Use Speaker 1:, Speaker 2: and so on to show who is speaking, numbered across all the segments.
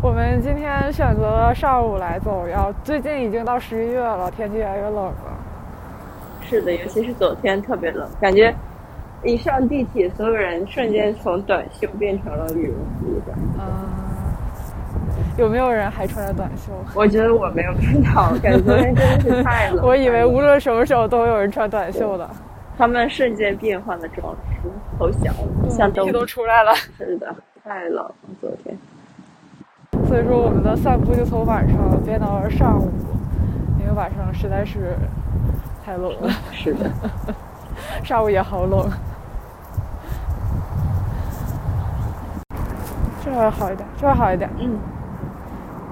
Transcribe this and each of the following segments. Speaker 1: 我们今天选择了上午来走腰，最近已经到十一月了，天气越来越冷了。
Speaker 2: 是的，尤其是昨天特别冷，感觉一上地铁，所有人瞬间从短袖变成了羽绒服的。
Speaker 1: 嗯，有没有人还穿着短袖？
Speaker 2: 我觉得我没有看到，感觉昨天真的是太冷了。
Speaker 1: 我以为无论什么时候都会有人穿短袖的，
Speaker 2: 他们瞬间变换了装束，投降了，啊像
Speaker 1: 屁
Speaker 2: 冬
Speaker 1: 嗯都出来了。
Speaker 2: 是的，太冷了，昨天。
Speaker 1: 所以说我们的散步就从晚上变到了上午，因为晚上实在是太冷 了，
Speaker 2: 是的，
Speaker 1: 上午也好冷。这会儿好一点，这会儿好一点。
Speaker 2: 嗯，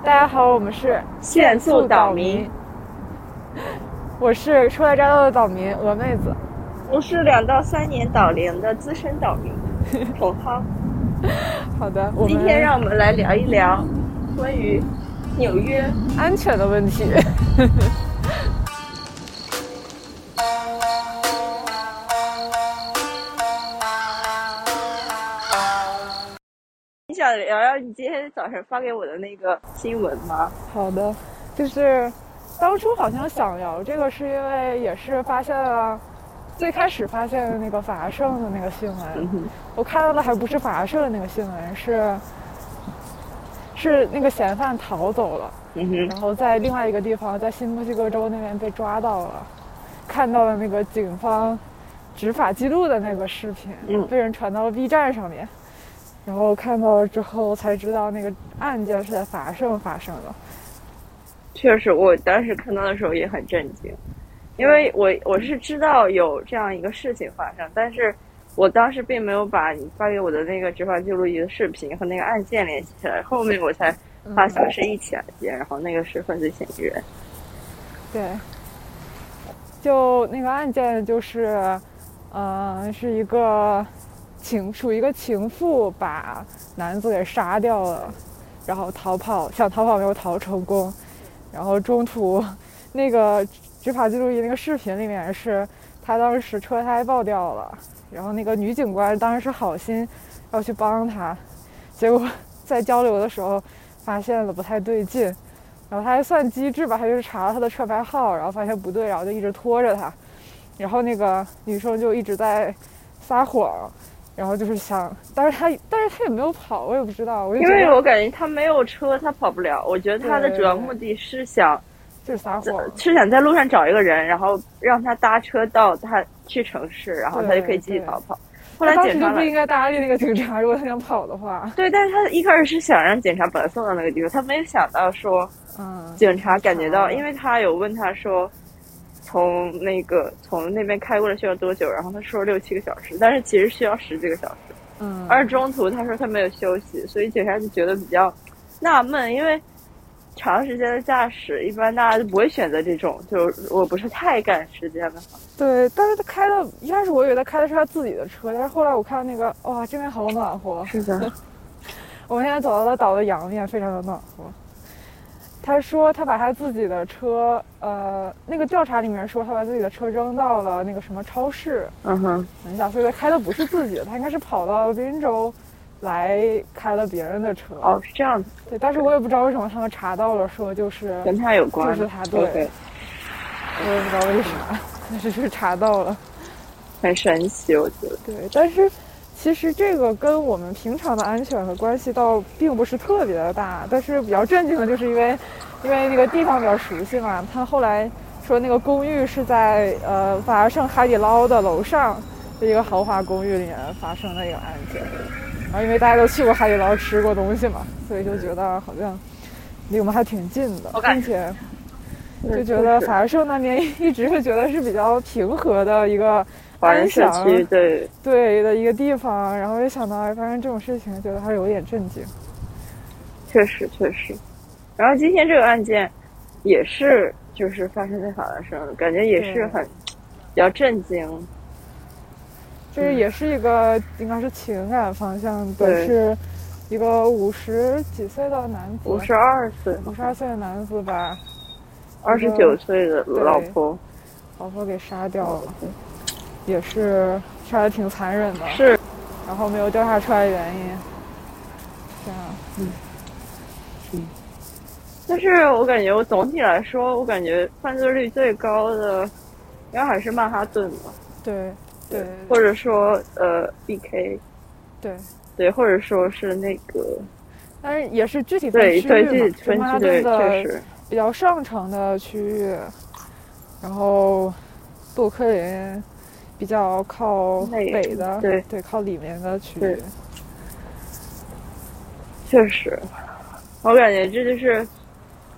Speaker 1: 大家好，我们是
Speaker 2: 限速岛民，，
Speaker 1: 我是初来乍到的岛民鹅妹子。
Speaker 2: 我是两到三年岛龄的资深岛 民，口号。
Speaker 1: 好的，我们
Speaker 2: 今天让我们来聊一聊关于纽约。
Speaker 1: 安全的问 题。
Speaker 2: 你想聊聊你今天早上发给我的那个新闻吗？
Speaker 1: 好的，就是当初好像想聊这个，是因为也是发现了最开始发现的那个法拉盛的那个新闻，
Speaker 2: 嗯哼，
Speaker 1: 我看到的还不是法拉盛的那个新闻，是是那个嫌犯逃走了，
Speaker 2: 嗯哼，
Speaker 1: 然后在另外一个地方，在新墨西哥州那边被抓到了，看到了那个警方执法记录的那个视频，
Speaker 2: 嗯
Speaker 1: 被人传到了 B 站上面，然后看到了之后才知道那个案件是在法盛发生的。
Speaker 2: 确实，我当时看到的时候也很震惊，因为我我是知道有这样一个事情发生，但是我当时并没有把你发给我的那个执法记录仪的视频和那个案件联系起来，后面我才发
Speaker 1: 嗯
Speaker 2: 现是一起案件，然后那个是犯罪嫌疑人。
Speaker 1: 对，就那个案件就是，呃，是一个情属于一个情妇把男子给杀掉了，然后逃跑，想逃跑没有逃成功，然后中途那个执法记录仪那个视频里面是他当时车胎爆掉了，然后那个女警官当时是好心要去帮他，结果在交流的时候发现了不太对劲，然后他还算机智吧，他就是查了他的车牌号，然后发现不对，然后就一直拖着他，然后那个女生就一直在撒谎，然后就是想，但是他但是他也没有跑，我也不知道，我就
Speaker 2: 因
Speaker 1: 觉
Speaker 2: 为
Speaker 1: 得
Speaker 2: 我感觉他没有车，他跑不了。我觉得他的主要目的是想
Speaker 1: 就是撒谎，
Speaker 2: 是想在路上找一个人，然后让他搭车到他去城市，然后他就可以继续
Speaker 1: 对
Speaker 2: 逃跑。后
Speaker 1: 他
Speaker 2: 来
Speaker 1: 当时
Speaker 2: 警
Speaker 1: 就
Speaker 2: 察
Speaker 1: 不
Speaker 2: 来
Speaker 1: 应该搭理那个警察，如果他想跑的话，
Speaker 2: 对，但是他一开始是想让警察把他送到那个地方，他没有想到说
Speaker 1: 嗯，
Speaker 2: 警察感觉到，
Speaker 1: 嗯
Speaker 2: 因为他有问他说，从那个从那边开过来需要多久，然后他说六七个小时，但是其实需要十几个小时，
Speaker 1: 嗯，
Speaker 2: 而中途他说他没有休息，所以警察就觉得比较纳闷，因为长时间的驾驶，一般大家就不会选择这种，就是我不是太赶时间的，
Speaker 1: 对，但是他开的，一开始我以为他开的是他自己的车，但是后来我看那个，哇，这边好暖和，
Speaker 2: 是的，
Speaker 1: 我们现在走到了岛的洋面，非常的暖和。他说他把他自己的车，呃，那个调查里面说他把自己的车扔到了那个什么超市，
Speaker 2: 嗯哼，
Speaker 1: 很小，所以他开的不是自己的，他应该是跑到滨州来开了别人的车。
Speaker 2: 哦，是这样子，
Speaker 1: 对，但是我也不知道为什么他们查到了，说就是
Speaker 2: 跟他有关，
Speaker 1: 就是他对
Speaker 2: OK
Speaker 1: 我也不知道为啥，但是就是查到了。
Speaker 2: 很神奇，我觉得。
Speaker 1: 对，但是其实这个跟我们平常的安全和关系倒并不是特别的大，但是比较震惊的就是因为，因为那个地方比较熟悉嘛，他后来说那个公寓是在呃法拉盛海底捞的楼上的一个豪华公寓里面发生的一个案件，然后因为大家都去过海底捞吃过东西嘛，所以就觉得好像离我们还挺近的，
Speaker 2: 我感
Speaker 1: 并且。就
Speaker 2: 嗯
Speaker 1: 觉得
Speaker 2: 是
Speaker 1: 法拉盛那边一直是觉得是比较平和的一个
Speaker 2: 华人
Speaker 1: 安
Speaker 2: 社
Speaker 1: 详
Speaker 2: 区对，
Speaker 1: 对的一个地方，然后一想到哎发生这种事情，觉得还是有点震惊。
Speaker 2: 确实确实。然后今天这个案件也是就是发生在法拉盛，感觉也是
Speaker 1: 对
Speaker 2: 很比较震惊。
Speaker 1: 这
Speaker 2: 嗯
Speaker 1: 也是一个应该是情感方向的，
Speaker 2: 对
Speaker 1: 是一个五十几岁的男子，
Speaker 2: 五十二岁，
Speaker 1: 五十二岁的男子把
Speaker 2: 二十九岁的老婆
Speaker 1: 老婆给杀掉了，也是杀的挺残忍的，
Speaker 2: 哦是
Speaker 1: 然后没有调查出来原因，这样。
Speaker 2: 但是我感觉我总体来说，我感觉犯罪率最高的应该还是曼哈顿吧，
Speaker 1: 对对
Speaker 2: 或者说呃 B K，
Speaker 1: 对，
Speaker 2: 对，或者说是那个
Speaker 1: 但是也是具体分
Speaker 2: 对
Speaker 1: 区
Speaker 2: 对
Speaker 1: 域嘛，
Speaker 2: 具体
Speaker 1: 就
Speaker 2: 分
Speaker 1: 曼哈
Speaker 2: 区
Speaker 1: 顿
Speaker 2: 对
Speaker 1: 的
Speaker 2: 确实
Speaker 1: 比较上乘的区域，然后杜克林比较靠
Speaker 2: 内
Speaker 1: 北的，
Speaker 2: 对
Speaker 1: 靠里面的区
Speaker 2: 对
Speaker 1: 域，
Speaker 2: 确实，我感觉这就是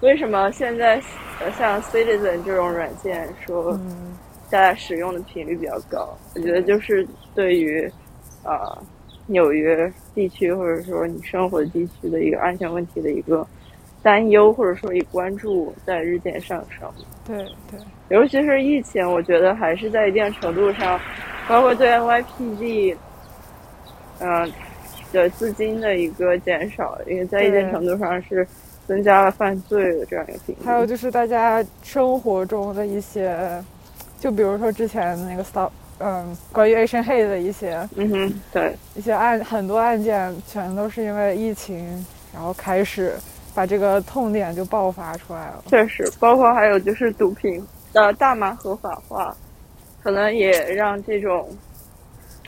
Speaker 2: 为什么现在呃像 Citizen 这种软件说。
Speaker 1: 嗯，
Speaker 2: 大家使用的频率比较高。我觉得就是对于呃纽约地区或者说你生活地区的一个安全问题的一个担忧，或者说一个关注在日渐上升。
Speaker 1: 对对
Speaker 2: 尤其是疫情，我觉得还是在一定程度上，包括对 NYPD，嗯、的资金的一个减少，也在一定
Speaker 1: 对
Speaker 2: 程度上是增加了犯罪的这样一个频率。
Speaker 1: 还有就是大家生活中的一些，就比如说之前那个 stop，嗯，关于 Asian hate 的一些
Speaker 2: 嗯哼，对，
Speaker 1: 一些案，很多案件全都是因为疫情，然后开始把这个痛点就爆发出来了。
Speaker 2: 确实，包括还有就是毒品呃大麻合法化，可能也让这种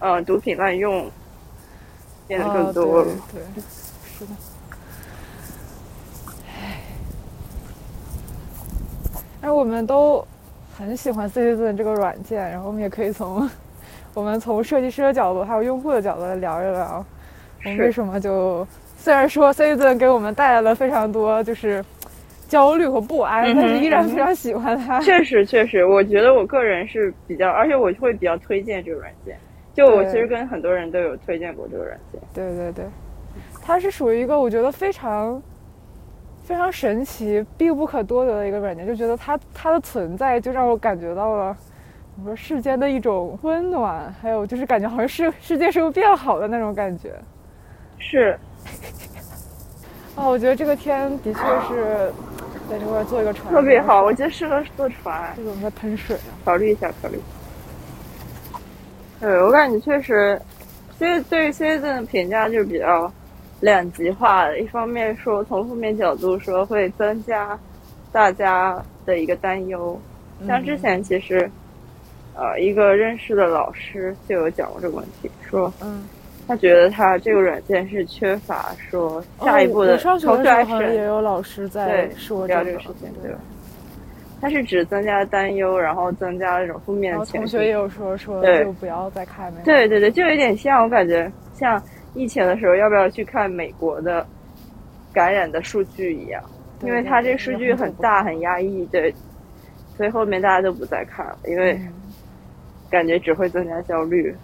Speaker 2: 呃毒品滥用变得
Speaker 1: 啊
Speaker 2: 更多了。
Speaker 1: 对对，是的。唉，哎，我们都很喜欢 Citizen 这个软件，然后我们也可以从我们从设计师的角度，还有用户的角度来聊一聊，我们
Speaker 2: 是
Speaker 1: 为什么就虽然说 Citizen 给我们带来了非常多就是焦虑和不安，
Speaker 2: 嗯哼
Speaker 1: 但是依然
Speaker 2: 嗯哼
Speaker 1: 非常喜欢 它。
Speaker 2: 确实，确实，我觉得我个人是比较，而且我会比较推荐这个软件。就我
Speaker 1: 对
Speaker 2: 其实跟很多人都有推荐过这个软件。
Speaker 1: 对对对，它是属于一个我觉得非常非常神奇、必不可多得的一个软件，就觉得它它的存在就让我感觉到了。怎么说世间的一种温暖，还有就是感觉好像世世界是会变好的那种感觉
Speaker 2: 是，
Speaker 1: 啊！我觉得这个天的确是在这块做一个船
Speaker 2: 特别好，我觉得适合坐船。
Speaker 1: 这种在喷水啊，
Speaker 2: 考虑一下，考虑一下。对我感觉确实，其实对于 Citizen 的评价就是比较两极化的。一方面说从负面角度说会增加大家的一个担忧，像
Speaker 1: 嗯
Speaker 2: 之前其实，呃，一个认识的老师就有讲过这个问题，说
Speaker 1: 嗯，
Speaker 2: 他觉得他这个软件是缺乏说下一
Speaker 1: 哦
Speaker 2: 步
Speaker 1: 我
Speaker 2: 的
Speaker 1: 我上
Speaker 2: call
Speaker 1: 学
Speaker 2: to
Speaker 1: 的时候好像
Speaker 2: action
Speaker 1: 也有老师在
Speaker 2: 对
Speaker 1: 说
Speaker 2: 聊
Speaker 1: 这
Speaker 2: 这
Speaker 1: 个
Speaker 2: 个事情，对吧？它是只增加担忧，然后增加了一种负面
Speaker 1: 然
Speaker 2: 的
Speaker 1: 后
Speaker 2: 情
Speaker 1: 同
Speaker 2: 绪
Speaker 1: 学。也有说说
Speaker 2: 对
Speaker 1: 就不要再看那个，
Speaker 2: 对对对，就有点像我感觉像疫情的时候，要不要去看美国的感染的数据一样，
Speaker 1: 对
Speaker 2: 因为它这个数据很，大很压抑，对，所以后面大家都不再看了，因
Speaker 1: 对
Speaker 2: 为
Speaker 1: 对嗯
Speaker 2: 感觉只会增加焦虑。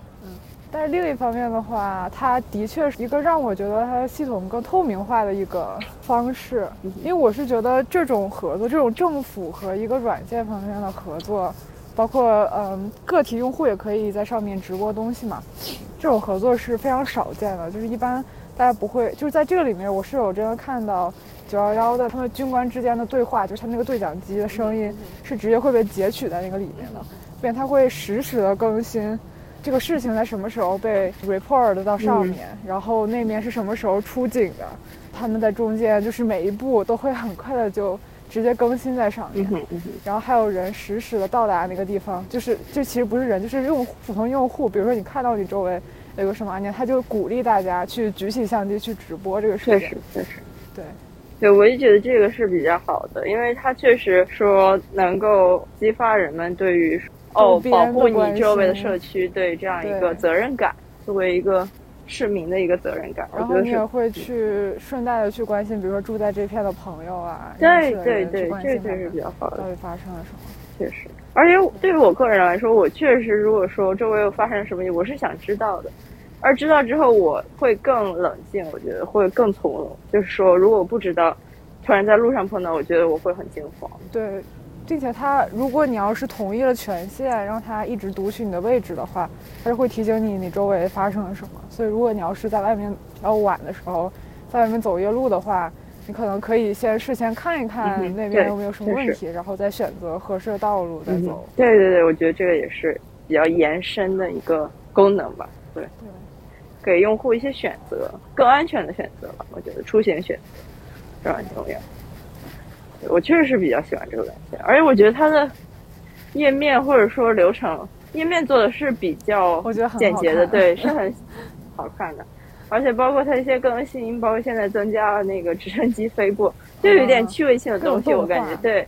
Speaker 1: 但是另一方面的话，它的确是一个让我觉得它的系统更透明化的一个方式，因为我是觉得这种合作，这种政府和一个软件方面的合作，包括嗯个体用户也可以在上面直播东西嘛，这种合作是非常少见的，就是一般大家不会，就是在这个里面，我是有真的看到九幺幺的他们军官之间的对话，就是他那个对讲机的声音是直接会被截取在那个里面的，并且它会实时的更新这个事情在什么时候被 report 到上面，
Speaker 2: 嗯
Speaker 1: 然后那边是什么时候出警的，他们在中间就是每一步都会很快的就直接更新在上面。
Speaker 2: 嗯哼嗯哼，
Speaker 1: 然后还有人实时的到达那个地方，就是这其实不是人，就是用户普通用户，比如说你看到你周围有个什么案件，他就鼓励大家去举起相机去直播这个
Speaker 2: 确
Speaker 1: 事
Speaker 2: 实
Speaker 1: 情。
Speaker 2: 确实。
Speaker 1: 对，
Speaker 2: 对，我也觉得这个是比较好的，因为它确实说能够激发人们对于
Speaker 1: 周
Speaker 2: 哦
Speaker 1: 边
Speaker 2: 保
Speaker 1: 的
Speaker 2: 护你周围的
Speaker 1: 关心
Speaker 2: 社区对这样一
Speaker 1: 对
Speaker 2: 个责任感，作为一个市民的一个责任感，我
Speaker 1: 然
Speaker 2: 觉
Speaker 1: 后
Speaker 2: 得
Speaker 1: 你也
Speaker 2: 是。
Speaker 1: 会去顺带的去关心，比如说住在这片的朋友啊，
Speaker 2: 对
Speaker 1: 认识的
Speaker 2: 对
Speaker 1: 人去
Speaker 2: 对，
Speaker 1: 关
Speaker 2: 这
Speaker 1: 心
Speaker 2: 个
Speaker 1: 他
Speaker 2: 是比
Speaker 1: 们
Speaker 2: 较好的
Speaker 1: 到，底发生了什么。
Speaker 2: 确实。而且对于我个人来说，我确实如果说周围有发生什么，我是想知道的，而知道之后我会更冷静，我觉得会更从容。就是说，如果不知道，突然在路上碰到，我觉得我会很惊慌。
Speaker 1: 对，并且他如果你要是同意了权限，让他一直读取你的位置的话，他就会提醒你你周围发生了什么。所以如果你要是在外面比较晚的时候，在外面走夜路的话，你可能可以先事先看一看
Speaker 2: 嗯哼
Speaker 1: 那边
Speaker 2: 对
Speaker 1: 有没有什么
Speaker 2: 确
Speaker 1: 问
Speaker 2: 实
Speaker 1: 题，然后再选择合适的道路再
Speaker 2: 嗯，
Speaker 1: 走。
Speaker 2: 对对对，我觉得这个也是比较延伸的一个功能吧，对，
Speaker 1: 对
Speaker 2: 给用户一些选择，更安全的选择吧，我觉得出行选择。是吧？很重要。对我确实是比较喜欢这个软件，而且我觉得它的页面或者说流程，页面做的是比较
Speaker 1: 我觉得很
Speaker 2: 简洁的，
Speaker 1: 好看
Speaker 2: 对，是很 好看的。而且包括它一些更新，包括现在增加了那个直升机飞过，就有一点
Speaker 1: 嗯
Speaker 2: 趣味性的东西，
Speaker 1: 各种
Speaker 2: 我感
Speaker 1: 动
Speaker 2: 觉
Speaker 1: 画
Speaker 2: 对，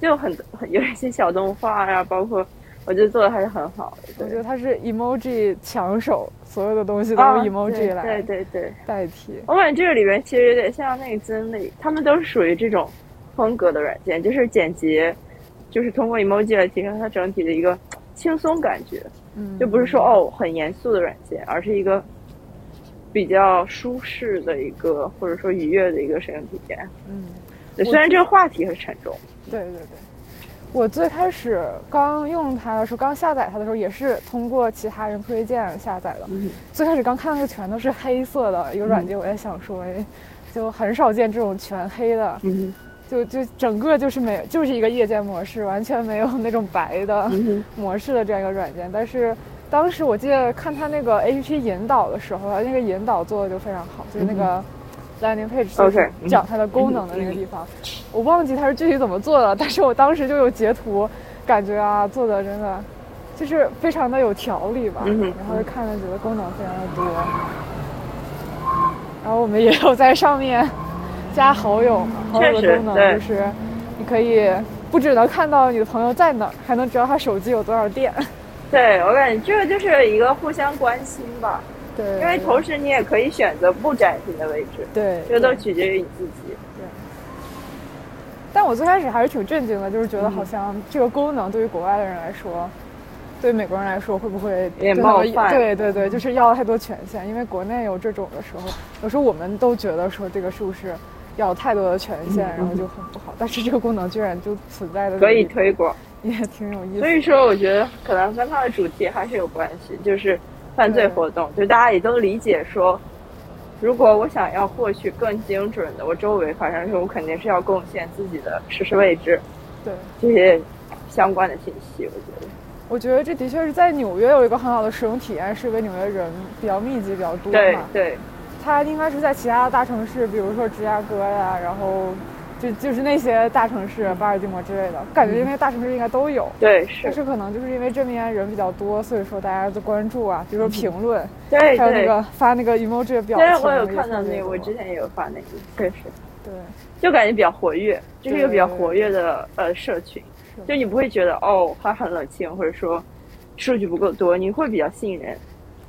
Speaker 2: 就很很有一些小动画呀、包括我觉得做的还是很好的。
Speaker 1: 我
Speaker 2: 对
Speaker 1: 觉得它是 emoji 抢手，所有的东西都
Speaker 2: 啊
Speaker 1: 用 emoji
Speaker 2: 对对
Speaker 1: 来
Speaker 2: 对对，
Speaker 1: 代替。
Speaker 2: 我感觉这个里边其实有点像那个真理，他们都是属于这种风格的软件，就是简洁，就是通过 emoji 来提升它整体的一个轻松感觉，
Speaker 1: 嗯，
Speaker 2: 就不是说哦很严肃的软件，而是一个比较舒适的一个或者说愉悦的一个使用体验。
Speaker 1: 嗯，
Speaker 2: 对
Speaker 1: 我
Speaker 2: 虽然这个话题很沉重，
Speaker 1: 对对对。我最开始刚用它的时候，刚下载它的时候，也是通过其他人推荐下载的。
Speaker 2: 嗯
Speaker 1: 最开始刚看到的全都是黑色的一个软件，我在想说，哎，就很少见这种全黑的，
Speaker 2: 嗯
Speaker 1: 就就整个就是没有，就是一个夜间模式，完全没有那种白的
Speaker 2: 嗯
Speaker 1: 模式的这样一个软件。但是当时我记得看它那个 APP 引导的时候，它那个引导做的就非常好，就是那个 landing page 就是
Speaker 2: 嗯 OK，嗯
Speaker 1: 讲它的功能的那个地方，我忘记它是具体怎么做的，但是我当时就有截图，感觉啊做的真的就是非常的有条理吧，
Speaker 2: 嗯哼
Speaker 1: 然后就看着觉得功能非常的多。然后我们也有在上面 加好友嘛，好友
Speaker 2: 确实
Speaker 1: 的功
Speaker 2: 对
Speaker 1: 能就是你可以不只能看到你的朋友在哪儿，还能知道他手机有多少电。
Speaker 2: 对我感觉这个就是一个互相关心吧，
Speaker 1: 对，
Speaker 2: 因为同时你也可以选择不展示你的位置，
Speaker 1: 对，
Speaker 2: 这都
Speaker 1: 对
Speaker 2: 取决于你自己。
Speaker 1: 但我最开始还是挺震惊的，就是觉得
Speaker 2: 嗯
Speaker 1: 好像这个功能对于国外的人来说，对美国人来说会不会
Speaker 2: 有点
Speaker 1: 对他们
Speaker 2: 冒犯
Speaker 1: 对对对，就是要太多权限，因为国内有这种的时候，有时候我们都觉得说这个是不是要太多的权限，
Speaker 2: 嗯
Speaker 1: 然后就很不好。但是这个功能居然就存在的，
Speaker 2: 可以推广，
Speaker 1: 也挺有意
Speaker 2: 所
Speaker 1: 思。
Speaker 2: 以说我觉得可能跟它的主题还是有关系，就是犯罪活动，就大家也都理解说，如果我想要获取更精准的我周围发生的事，我肯定是要贡献自己的实时位置
Speaker 1: 对，
Speaker 2: 这些相关的信息，我觉得。
Speaker 1: 我觉得这的确是在纽约有一个很好的使用体验，是因为纽约人比较密集比较多
Speaker 2: 对
Speaker 1: 嘛。
Speaker 2: 对，
Speaker 1: 它应该是在其他的大城市，比如说芝加哥呀，然后就就是那些大城市，巴尔的摩之类的，感觉因为大城市应该都有。
Speaker 2: 对
Speaker 1: 但
Speaker 2: 嗯是，
Speaker 1: 是可能就是因为这边人比较多，所以说大家就关注啊，比如说评论，
Speaker 2: 对
Speaker 1: 还有那
Speaker 2: 对。
Speaker 1: 个发那个 emoji 的表
Speaker 2: 虽然
Speaker 1: 情。
Speaker 2: 我有看到那
Speaker 1: 那
Speaker 2: 个，我之前也有发那个，确实，
Speaker 1: 对，
Speaker 2: 就感觉比较活跃，这是一个比较
Speaker 1: 对
Speaker 2: 活跃的呃社群，
Speaker 1: 是
Speaker 2: 就你不会觉得哦他很冷清，或者说数据不够多，你会比较信任。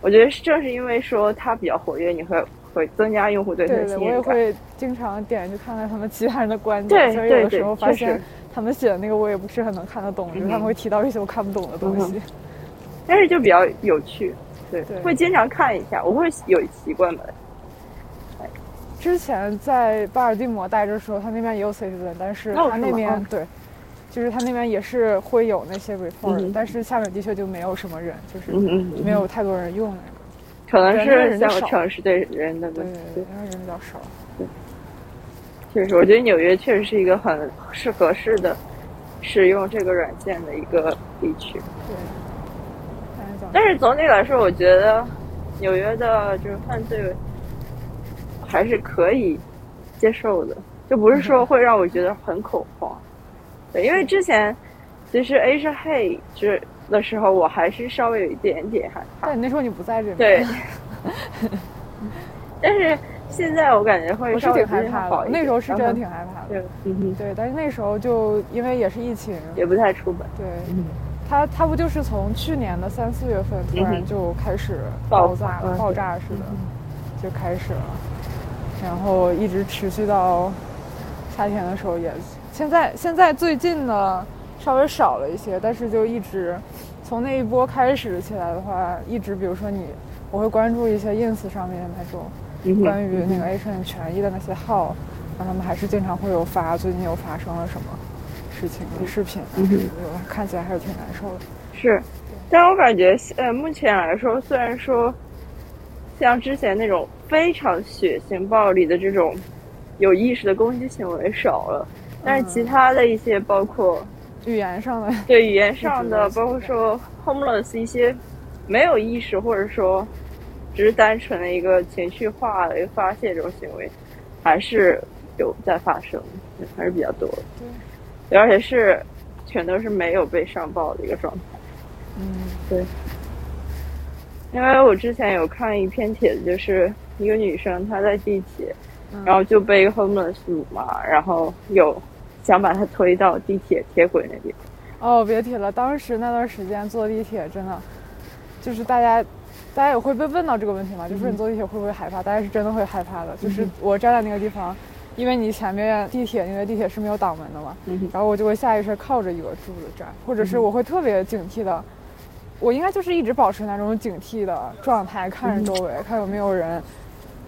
Speaker 2: 我觉得是正是因为说它比较活跃，你会会增加用户对它
Speaker 1: 对
Speaker 2: 的
Speaker 1: 对，
Speaker 2: 信
Speaker 1: 我也
Speaker 2: 任感。
Speaker 1: 会经常点去看看他们其他人的观
Speaker 2: 对
Speaker 1: 点，所以有
Speaker 2: 对
Speaker 1: 的
Speaker 2: 对
Speaker 1: 时候发
Speaker 2: 确
Speaker 1: 现
Speaker 2: 实
Speaker 1: 他们写的那个我也不是很能看得懂，就是他
Speaker 2: 嗯
Speaker 1: 们会提到一些我看不懂的东西。
Speaker 2: 但是就比较有趣，对，
Speaker 1: 对
Speaker 2: 会经常看一下，我会有习惯吧。
Speaker 1: 之前在巴尔的摩待着的时候，他那边也有 citizen，但是
Speaker 2: 哦
Speaker 1: 他
Speaker 2: 是
Speaker 1: 那
Speaker 2: 吗
Speaker 1: 边、
Speaker 2: 哦
Speaker 1: 对，就是他那边也是会有那些 report，、
Speaker 2: 嗯
Speaker 1: 但是下面的确就没有什么人，就是
Speaker 2: 嗯嗯嗯
Speaker 1: 没有太多人用那个，
Speaker 2: 可能
Speaker 1: 人
Speaker 2: 是
Speaker 1: 人
Speaker 2: 像
Speaker 1: 少
Speaker 2: 城市嗯对人的问题。
Speaker 1: 对，因为人比较少。
Speaker 2: 确实，我觉得纽约确实是一个很是合适的使用这个软件的一个地区。
Speaker 1: 对，大家讲
Speaker 2: 但是总体来说，我觉得纽约的就是犯罪还是可以接受的，就不是说会让我觉得很恐慌。对，因为之前其实 Asia Hay 这的时候，我还是稍微有一点点害怕。
Speaker 1: 但哎你那时候你不在这边，
Speaker 2: 对， 但是现在我感觉会
Speaker 1: 我是
Speaker 2: 稍微
Speaker 1: 挺害
Speaker 2: 比较
Speaker 1: 怕
Speaker 2: 好
Speaker 1: 的，
Speaker 2: 一
Speaker 1: 那
Speaker 2: 点
Speaker 1: 时候是真的
Speaker 2: 然后
Speaker 1: 挺害怕的。
Speaker 2: 对，嗯哼，
Speaker 1: 对，但是那时候就因为也是疫情，
Speaker 2: 也不太出门，
Speaker 1: 对
Speaker 2: 嗯，
Speaker 1: 它它不就是从去年的三四月份突
Speaker 2: 嗯
Speaker 1: 然
Speaker 2: 哼
Speaker 1: 就开始
Speaker 2: 爆
Speaker 1: 爆炸
Speaker 2: 发嗯
Speaker 1: 了，爆炸似的就开始了，然后一直持续到夏天的时候也，现在现在最近呢稍微少了一些，但是就一直从那一波开始起来的话，一直比如说你，我会关注一些 ins 上面那种
Speaker 2: 嗯哼
Speaker 1: 关于那个 Asian 权益的那些号，然后他们还是经常会有发最近又发生了什么事情的视频啊什么的，看起来还是挺难受的。
Speaker 2: 是，但我感觉，呃，目前来说，虽然说像之前那种非常血腥暴力的这种有意识的攻击行为少了，但是其他的一些，包括
Speaker 1: 语言上的，
Speaker 2: 对语言上的，
Speaker 1: 一直都存在
Speaker 2: 包括说 homeless 一些没有意识或者说只是单纯的一个情绪化的一个发泄这种行为，还是有在发生，嗯还是比较多的
Speaker 1: 对，
Speaker 2: 对而且是全都是没有被上报的一个状态。
Speaker 1: 嗯
Speaker 2: 因为我之前有看一篇帖子，就是一个女生她在地铁，
Speaker 1: 嗯
Speaker 2: 然后就被一个 homeless 辱骂，然后有想把她推到地铁铁轨那边。
Speaker 1: 哦，别提了，当时那段时间坐地铁真的，就是大家，大家也会被问到这个问题嘛，
Speaker 2: 嗯
Speaker 1: 就是你坐地铁会不会害怕？大家是真的会害怕的。就是我站在那个地方，因为你前面地铁，因为地铁是没有挡门的嘛，
Speaker 2: 嗯哼嗯
Speaker 1: 然后我就会下意识靠着一个柱子站，或者是我会特别警惕的，我应该就是一直保持那种警惕的状态，
Speaker 2: 嗯
Speaker 1: 看着周围，看有没有人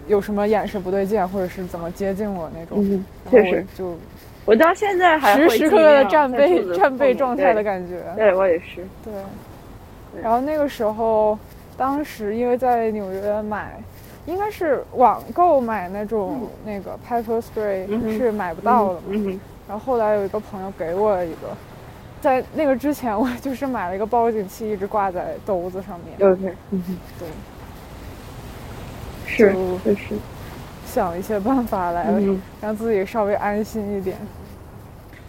Speaker 1: 有什么眼神不对劲，或者是怎么接近我那种。
Speaker 2: 嗯，
Speaker 1: 然后
Speaker 2: 确
Speaker 1: 我
Speaker 2: 实，
Speaker 1: 就
Speaker 2: 我到现在还
Speaker 1: 时
Speaker 2: 会
Speaker 1: 时刻
Speaker 2: 尽
Speaker 1: 刻的
Speaker 2: 量
Speaker 1: 战
Speaker 2: 在
Speaker 1: 备
Speaker 2: 肚子
Speaker 1: 战
Speaker 2: 后
Speaker 1: 备
Speaker 2: 面
Speaker 1: 状态的
Speaker 2: 对
Speaker 1: 感觉。
Speaker 2: 对我也是，
Speaker 1: 对，
Speaker 2: 对
Speaker 1: 然后那个时候，当时因为在纽约买，应该是网购买那种、那个 pepper spray、
Speaker 2: 嗯哼
Speaker 1: 是买不到的嘛。
Speaker 2: 嗯哼，
Speaker 1: 然后后来有一个朋友给我一个，在那个之前我 就是买了一个报警器，一直挂在兜子上面，
Speaker 2: OK，嗯哼，
Speaker 1: 对，
Speaker 2: 是
Speaker 1: 就
Speaker 2: 就是，
Speaker 1: 想一些办法来、
Speaker 2: 嗯哼嗯
Speaker 1: 让自己稍微安心一点。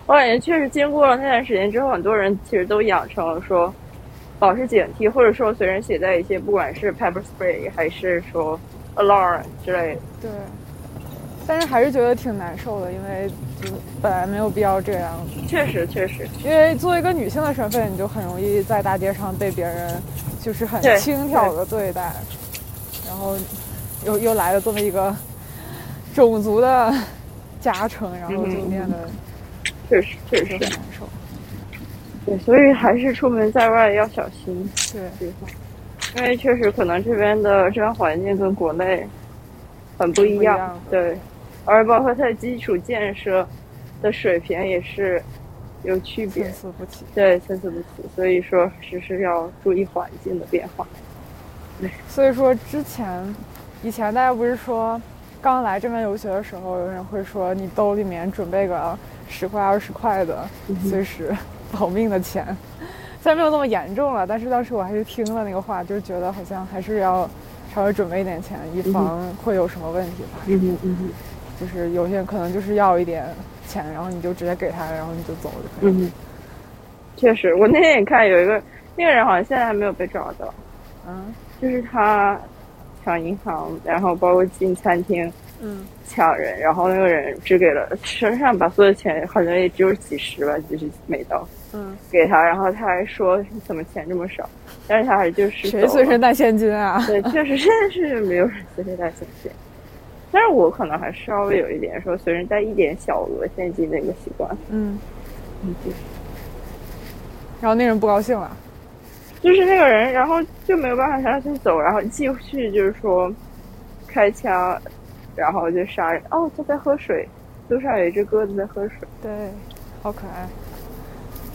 Speaker 2: 我感觉确实经过了那段时间之后，很多人其实都养成了说保持警惕，或者说随身携带一些不管是 pepper spray 还是说 alarm 之类的。
Speaker 1: 对，但是还是觉得挺难受的，因为就本来没有必要这样。
Speaker 2: 确实，确实，
Speaker 1: 因为作为一个女性的身份，你就很容易在大街上被别人就是很
Speaker 2: 对
Speaker 1: 轻佻的对待，然后又又来了这么一个种族的 加成，然后就
Speaker 2: 嗯
Speaker 1: 变得
Speaker 2: 确实，确
Speaker 1: 就
Speaker 2: 实
Speaker 1: 很，难受。
Speaker 2: 对，所以还是出门在外要小心，
Speaker 1: 对，
Speaker 2: 因为确实可能这边的治安环境跟国内很不一样，
Speaker 1: 很不
Speaker 2: 对，而包括它的基础建设的水平也是有区别
Speaker 1: 参。差不齐。
Speaker 2: 对，参差不齐，所以说时时要注意环境的变化。
Speaker 1: 所以说之前，以前大家不是说，刚来这边留学的时候，有人会说你兜里面准备个十块二十块的
Speaker 2: 嗯
Speaker 1: 随时保命的钱，虽然没有那么严重了，但是当时我还是听了那个话，就是觉得好像还是要稍微准备一点钱，以防会有什么问题吧。
Speaker 2: 嗯哼嗯哼
Speaker 1: 就是有些人可能就是要一点钱，然后你就直接给他，然后你就走就可以了。
Speaker 2: 嗯哼，确实，我那天也看有一个那个人好像现在还没有被抓到，
Speaker 1: 嗯
Speaker 2: 就是他抢银行，然后包括进餐厅
Speaker 1: 嗯，
Speaker 2: 抢人，然后那个人只给了身上把所有钱好像也只有几十吧，就是没到
Speaker 1: 嗯，
Speaker 2: 给他，然后他还说你怎么钱这么少，但是他还就是
Speaker 1: 谁随身带现金啊？
Speaker 2: 对，确实现在是没有人随身带现金，但是我可能还稍微有一点说随身带一点小额现金的一个习惯，
Speaker 1: 嗯，然后那人不高兴了。
Speaker 2: 就是那个人，然后就没有办法让他走，然后继续就是说开枪，然后就杀人。哦，他在喝水，路上有一只鸽子在喝水。
Speaker 1: 对，好可爱。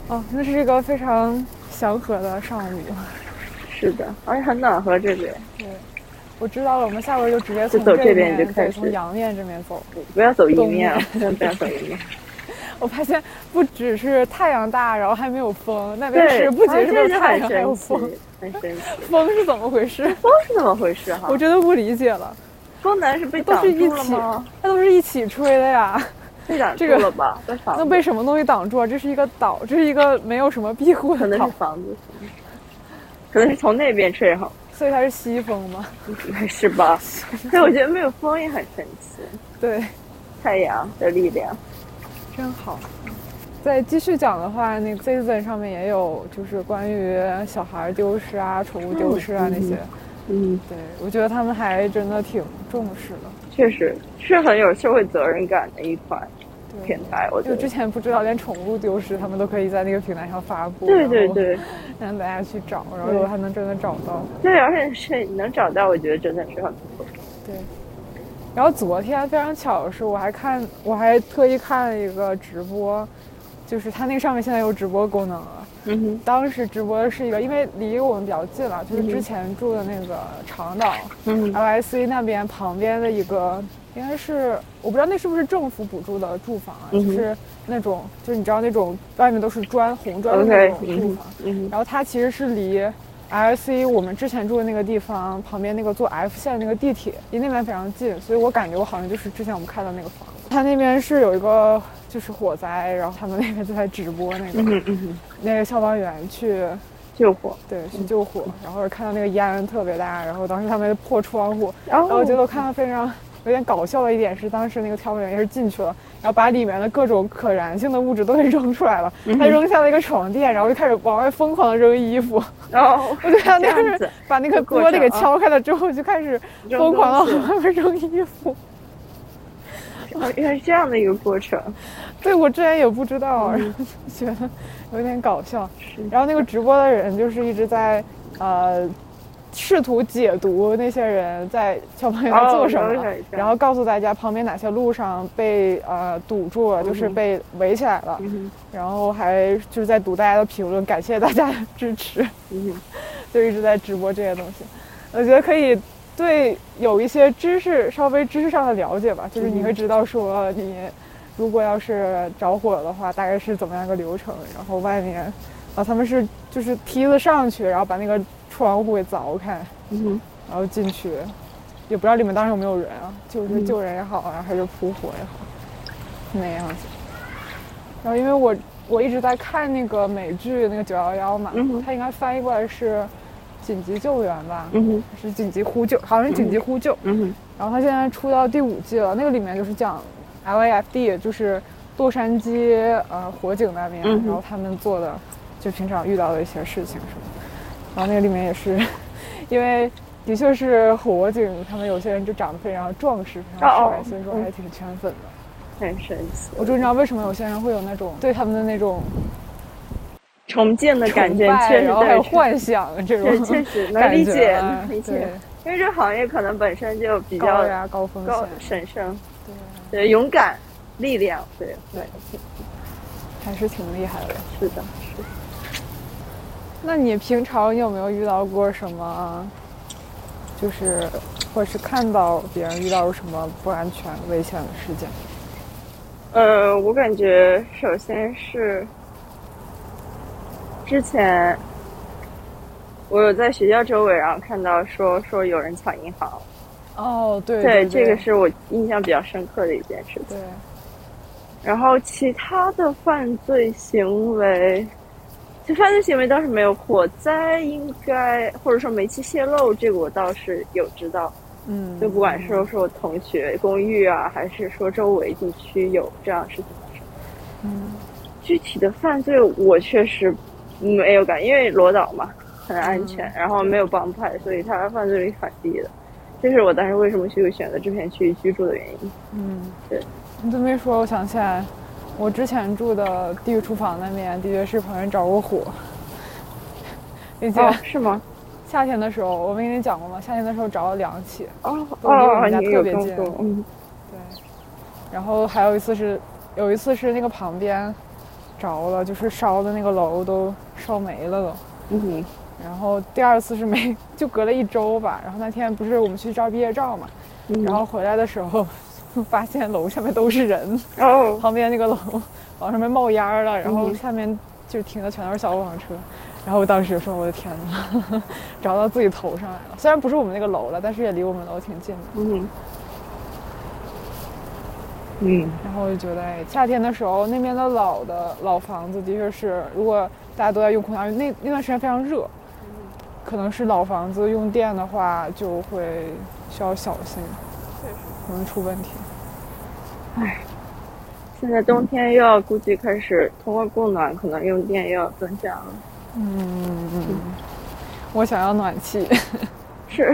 Speaker 1: 哦，那是一个非常祥和的上午。
Speaker 2: 是的，而且很暖和这里，
Speaker 1: 对，我知道了，我们下回就直接从
Speaker 2: 就走
Speaker 1: 这
Speaker 2: 这边就开
Speaker 1: 对，
Speaker 2: 始
Speaker 1: 从阳面这边走。
Speaker 2: 不要走一
Speaker 1: 冬
Speaker 2: 面啊，真的不要走一面。
Speaker 1: 我发现不只是太阳大，然后还 没有风，那边
Speaker 2: 对，
Speaker 1: 是不
Speaker 2: 啊
Speaker 1: 仅是没有
Speaker 2: 这就
Speaker 1: 太
Speaker 2: 很
Speaker 1: 阳，还有
Speaker 2: 神奇
Speaker 1: 风，，
Speaker 2: 很神奇。
Speaker 1: 风是怎么回 事？
Speaker 2: 风是怎么回事哈
Speaker 1: 我？真的不理解了，
Speaker 2: 风难是被
Speaker 1: 都
Speaker 2: 挡
Speaker 1: 是一
Speaker 2: 住了
Speaker 1: 起
Speaker 2: 吗？，
Speaker 1: 它都是一起吹的呀，
Speaker 2: 被挡住
Speaker 1: 这个
Speaker 2: 了吧？被挡
Speaker 1: 那
Speaker 2: 住
Speaker 1: 被什么东西挡住啊？这是一个岛，这是一个没有什么庇护
Speaker 2: 可
Speaker 1: 的
Speaker 2: 能
Speaker 1: 岛
Speaker 2: 是，房子，可能是从那边吹 哈，
Speaker 1: 所以它是西风嘛。
Speaker 2: 是 吧？所以我觉得没有风也很神奇，
Speaker 1: 对，
Speaker 2: 太阳的力量。
Speaker 1: 真好。再继续讲的话，那个 Citizen 上面也有，就是关于小孩丢失啊、宠物丢失啊那些。
Speaker 2: 嗯，
Speaker 1: 对，我觉得他们还真的挺重视的。
Speaker 2: 确实是很有社会责任感的一款
Speaker 1: 对
Speaker 2: 平，台，我觉
Speaker 1: 就之
Speaker 2: 得。
Speaker 1: 前不知道，连宠物丢失他们都可以在那个平台上发布，
Speaker 2: 对对
Speaker 1: 然后
Speaker 2: 对
Speaker 1: 让大家去找，然后
Speaker 2: 对
Speaker 1: 如果还能真的找到，
Speaker 2: 对，而且是你能找到，我觉得真的是
Speaker 1: 嗯
Speaker 2: 很不错。
Speaker 1: 对。然后昨天非常巧的是，我还看，我还特意看了一个直播，就是它那个上面现在有直播功能了。
Speaker 2: 嗯哼，
Speaker 1: 当时直播的是一个，因为离我们比较近了，就是之前住的那个长岛、
Speaker 2: 嗯
Speaker 1: LSC 那边旁边的一个，应该是我不知道那是不是政府补助的住房啊，
Speaker 2: 嗯
Speaker 1: 就
Speaker 2: 哼
Speaker 1: 是那种就是你知道那种外面都是砖红砖的
Speaker 2: OK，
Speaker 1: 那种
Speaker 2: 嗯
Speaker 1: 住
Speaker 2: 哼
Speaker 1: 房，
Speaker 2: 嗯哼，
Speaker 1: 然后它其实是离 LSC 我们之前住的那个地方旁边那个坐 F 线的那个地铁离那边非常近，所以我感觉我好像就是之前我们看到那个房子。他那边是有一个就是火灾，然后他们那边就在直播那个、
Speaker 2: 嗯嗯嗯，
Speaker 1: 那个消防员去
Speaker 2: 救火，
Speaker 1: 对去救火，然后看到那个烟特别大，然后当时他们破窗户，
Speaker 2: 然
Speaker 1: 然后我觉得我看到非常有点搞笑的一点是，当时那个消防员也是进去了，然后把里面的各种可燃性的物质都给扔出来了，
Speaker 2: 嗯
Speaker 1: 他扔下了一个床垫，然后就开始往外疯狂的扔衣服，
Speaker 2: 哦，
Speaker 1: 我觉得
Speaker 2: 这
Speaker 1: 那
Speaker 2: 样
Speaker 1: 个是
Speaker 2: 子
Speaker 1: 把那个
Speaker 2: 过
Speaker 1: 玻璃给
Speaker 2: 程啊
Speaker 1: 敲开了之后，就开始
Speaker 2: 扔
Speaker 1: 疯狂的
Speaker 2: 东
Speaker 1: 往外面扔衣服。
Speaker 2: 哦原来是这样的一个过程，
Speaker 1: 对，我之前也不知道，然后就觉得有点搞笑
Speaker 2: 嗯是。
Speaker 1: 然后那个直播的人就是一直在呃试图解读那些人在消防员在
Speaker 2: 哦
Speaker 1: 做什
Speaker 2: 我
Speaker 1: 么
Speaker 2: 了解一，下
Speaker 1: 然后告诉大家旁边哪些路上被呃堵住了，就是
Speaker 2: 嗯哼
Speaker 1: 被围起来了，
Speaker 2: 嗯哼
Speaker 1: 然后还就是在读大家的评论，感谢大家的支持。
Speaker 2: 嗯哼，
Speaker 1: 就一直在直播这些东西。我觉得可以对有一些知识稍微知识上的了解吧，
Speaker 2: 嗯
Speaker 1: 就是你会知道说你如果要是着火的话，大概是怎么样一个流程，然后外面啊他们是就是梯子上去，然后把那个窗户给凿开，
Speaker 2: 嗯哼，
Speaker 1: 然后进去，也不知道里面当时有没有人啊，就是
Speaker 2: 嗯
Speaker 1: 救人也好啊，还是扑火也好，那个样子。然后因为我我一直在看那个美剧那个九幺幺嘛，
Speaker 2: 嗯哼
Speaker 1: 它应该翻译过来是紧急救援吧，
Speaker 2: 嗯哼，
Speaker 1: 是紧急呼救，好像是紧急呼救。
Speaker 2: 嗯哼，
Speaker 1: 然后它现在出到第五季了，那个里面就是讲 LAFD，就是洛杉矶呃火警那边，
Speaker 2: 嗯哼
Speaker 1: 然后他们做的就平常遇到的一些事情什么的。然后那个里面也是， 因为的确是火警，他们有些人就长得非常壮实，非常
Speaker 2: 哦
Speaker 1: 帅，
Speaker 2: 哦
Speaker 1: 所以说
Speaker 2: 嗯
Speaker 1: 还挺圈粉的。
Speaker 2: 很神奇，
Speaker 1: 我终于知道为什么有些人会有那种对他们的那种
Speaker 2: 重建的感觉
Speaker 1: 崇拜
Speaker 2: 确实
Speaker 1: 然后还有
Speaker 2: 对，
Speaker 1: 幻想这
Speaker 2: 确
Speaker 1: 种
Speaker 2: 确实能
Speaker 1: 感
Speaker 2: 理
Speaker 1: 觉
Speaker 2: 解，
Speaker 1: 啊，
Speaker 2: 能理解
Speaker 1: 对，，
Speaker 2: 因为这行业可能本身就比
Speaker 1: 高
Speaker 2: 较
Speaker 1: 压高风险
Speaker 2: 高，审慎，
Speaker 1: 对，啊
Speaker 2: 对，勇敢，力量，对对，
Speaker 1: 还是挺厉害的。
Speaker 2: 是的，是的。
Speaker 1: 那你平常有没有遇到过什么，就是或是看到别人遇到什么不安全、危险的事件？
Speaker 2: 呃，我感觉首先是之前我有在学校周围，然后看到说说有人抢银行，
Speaker 1: 哦，对
Speaker 2: 这个是我印象比较深刻的一件事情。
Speaker 1: 对，
Speaker 2: 然后其他的犯罪行为，其实犯罪行为倒是没有，火灾应该或者说煤气泄漏这个我倒是有知道，
Speaker 1: 嗯，
Speaker 2: 就不管是说是我同学公寓啊，还是说周围地区有这样的事情发生。
Speaker 1: 嗯，
Speaker 2: 具体的犯罪我确实没有感，因为罗岛嘛很
Speaker 1: 嗯
Speaker 2: 安全，然后没有帮派，所以它犯罪率很低的。这是我当时为什么去选择这片区域居住的原因。
Speaker 1: 嗯，
Speaker 2: 对。
Speaker 1: 你这么一说，我想起来，我之前住的地狱厨房那边的确是旁边着过火，并且
Speaker 2: 哦，是吗？
Speaker 1: 夏天的时候，我没跟你讲过吗？夏天的时候着了两起，
Speaker 2: 哦
Speaker 1: 我离我
Speaker 2: 哦，
Speaker 1: 们家
Speaker 2: 你
Speaker 1: 特
Speaker 2: 有
Speaker 1: 别
Speaker 2: 跟我
Speaker 1: 近
Speaker 2: 说，嗯，
Speaker 1: 对，然后还有一次是，有一次是那个旁边着了，就是烧的那个楼都烧没了都。
Speaker 2: 嗯
Speaker 1: 然后第二次是没，就隔了一周吧。然后那天不是我们去照毕业照嘛，
Speaker 2: 嗯
Speaker 1: 然后回来的时候发现楼下面都是人，
Speaker 2: 哦，
Speaker 1: 旁边那个楼往上面冒烟儿了，然后
Speaker 2: 嗯
Speaker 1: 下面就停的全都是消防车。然后我当时就说：“我的天 呐，着到自己头上来了。虽然不是我们那个楼了，但是也离我们楼挺近的。
Speaker 2: 嗯嗯
Speaker 1: 然后我就觉得，哎，夏天的时候那边的老的老房子的确是，如果大家都在用空调，那那段时间非常热，可能是老房子用电的话就会需要小心，
Speaker 2: 确实。
Speaker 1: 可能出问题。
Speaker 2: 现在冬天又要估计开始通过供暖，可能用电又要增加了。
Speaker 1: 我想要暖气，
Speaker 2: 是，